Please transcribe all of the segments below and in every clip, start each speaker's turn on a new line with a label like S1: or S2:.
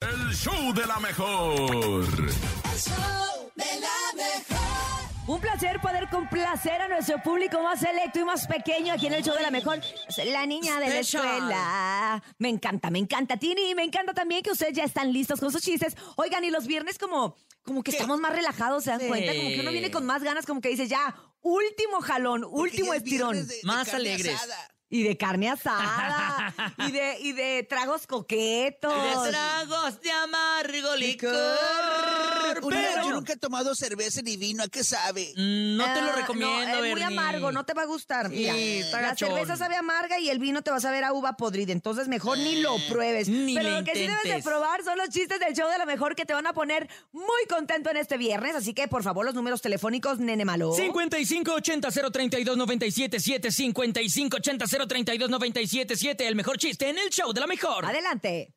S1: El show de la mejor.
S2: Un placer poder complacer a nuestro público más selecto y más pequeño aquí en el show de la mejor. La niña de la
S3: Special.
S2: escuela. Me encanta, me encanta, Tini. y Me encanta también que ustedes ya están listos con sus chistes. Oigan, y los viernes como, como que
S3: ¿Qué?
S2: estamos más relajados, ¿se dan
S3: Sí.
S2: cuenta? Como que uno viene con más ganas, como que dice ya, último jalón, último estirón.
S3: Más alegres.
S2: Y de carne asada. y, de, y de tragos coquetos.
S3: De tragos de amargo licor.
S2: Pero-
S4: yo nunca he tomado cerveza ni vino, ¿a qué sabe?
S3: Mm, No te
S2: Ah,
S3: lo recomiendo,
S2: no, es muy
S3: Bernie.
S2: amargo, no te va a gustar. Mira,
S3: Sí, está
S2: la
S3: gachón.
S2: cerveza sabe amarga y el vino te va a saber a uva podrida. Entonces mejor ni lo pruebes.
S3: Eh, ni
S2: Pero
S3: le
S2: lo que sí debes
S3: intentes.
S2: de probar son los chistes del show de la mejor que te van a poner muy contento en este viernes. Así que por favor los números telefónicos, nene malo.
S3: 5580-032-977-7. 5580-032-977. El mejor chiste en el show de la mejor.
S2: Adelante.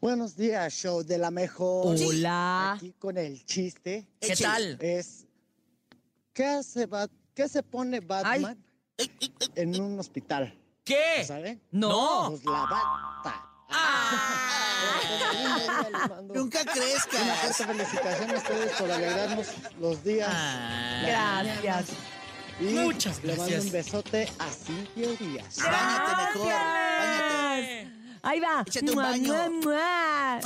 S5: Buenos días, show de la mejor.
S2: Hola.
S5: Aquí con el chiste
S3: ¿Qué
S4: Échale.
S3: tal?
S5: es ¿qué hace Bat- qué se pone Batman en un hospital?
S2: Pues,
S3: ¿Qué?
S5: ¿Saben?
S3: No.
S5: Pues la bata.
S3: Ah.
S5: Pero feliz día, les mando
S4: Nunca
S5: Una
S4: crezcas.
S5: fuerte felicitación a ustedes por alegrarnos los días. las
S2: Gracias.
S5: mañanas. Y
S3: Ah. Muchas
S5: Le mando
S3: gracias.
S5: un besote a Cintia Díaz.
S4: Báñate mejor. Báñate.
S2: Ahí va.
S4: Échate un
S2: Mua,
S4: baño.
S2: mua, mua.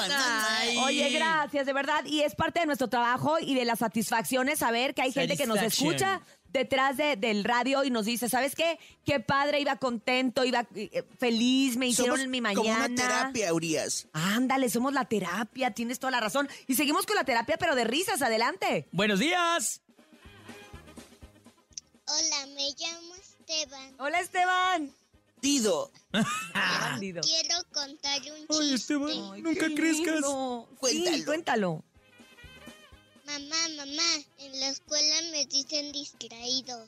S3: Ay.
S2: Oye, gracias, de verdad. Y es parte de nuestro trabajo y de las satisfacciones saber que hay gente que nos
S3: Satisfaction.
S2: escucha detrás de- del radio y nos dice, ¿sabes qué? Qué padre, iba contento, iba eh, feliz, me hicieron
S4: Somos
S2: mi mañana.
S4: Como una terapia, Urias.
S2: Ándale, somos la terapia, tienes toda la razón. Y seguimos con la terapia, pero de risas, adelante.
S3: Buenos días.
S6: Hola, me llamo Esteban.
S2: Hola, Esteban.
S4: Tido, Ah.
S2: Bandido.
S6: Quiero contar un chiste.
S3: nunca crezcas.
S2: Cuéntalo. Sí,
S4: Cuéntalo.
S2: cuéntalo.
S6: Mamá, mamá, en la escuela me dicen distraído.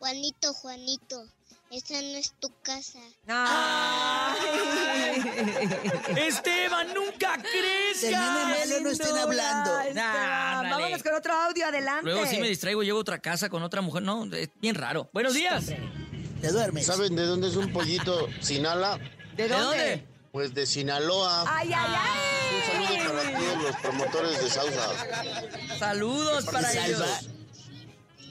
S6: Juanito, Juanito, esa no es tu casa.
S4: Ah.
S2: Ay.
S3: Esteban, nunca
S4: de nene
S3: crezcas.
S4: malo no estén
S2: Ay,
S4: hablando.
S2: Esteban.
S3: Nah, ándale.
S2: Vámonos con otro audio, adelante.
S3: Luego si me distraigo, llego a otra casa con otra mujer. No, es bien raro. Buenos días.
S4: Te duermes.
S7: ¿Saben de dónde es un pollito sin ala?
S2: ¿De dónde?
S7: Pues de Sinaloa.
S2: ¡Ay, ay,
S3: Ah.
S7: Un saludo para
S2: ay!
S7: todos los promotores de Sausa.
S3: Saludos para
S4: Salva.
S3: ellos.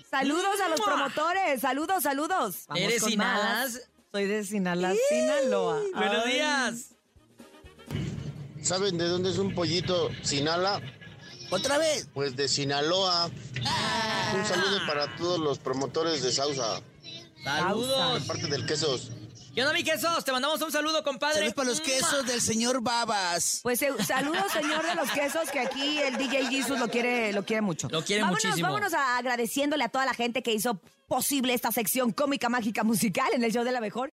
S2: Saludos a los
S3: ¡Mua!
S2: promotores, saludos, saludos. Vamos
S3: ¿Eres
S2: con
S3: Sinalas?
S2: más. Soy de Sinala, Sinaloa.
S3: Buenos
S2: Ay.
S3: días.
S7: ¿Saben de dónde es un pollito sin ala?
S4: Otra vez.
S7: Pues de Sinaloa. Un saludo para todos los promotores de Sausa.
S3: Saludos.
S7: Parte del quesos.
S3: ¿Qué onda, mi quesos? Te mandamos un saludo, compadre.
S4: Saludos para los quesos del señor Babas.
S2: Pues eh, saludos, señor de los quesos, que aquí el DJ Jesus lo quiere, lo quiere mucho.
S3: Lo quiere
S2: vámonos,
S3: muchísimo.
S2: Vámonos a- agradeciéndole a toda la gente que hizo posible esta sección cómica, mágica, musical en el show de la mejor.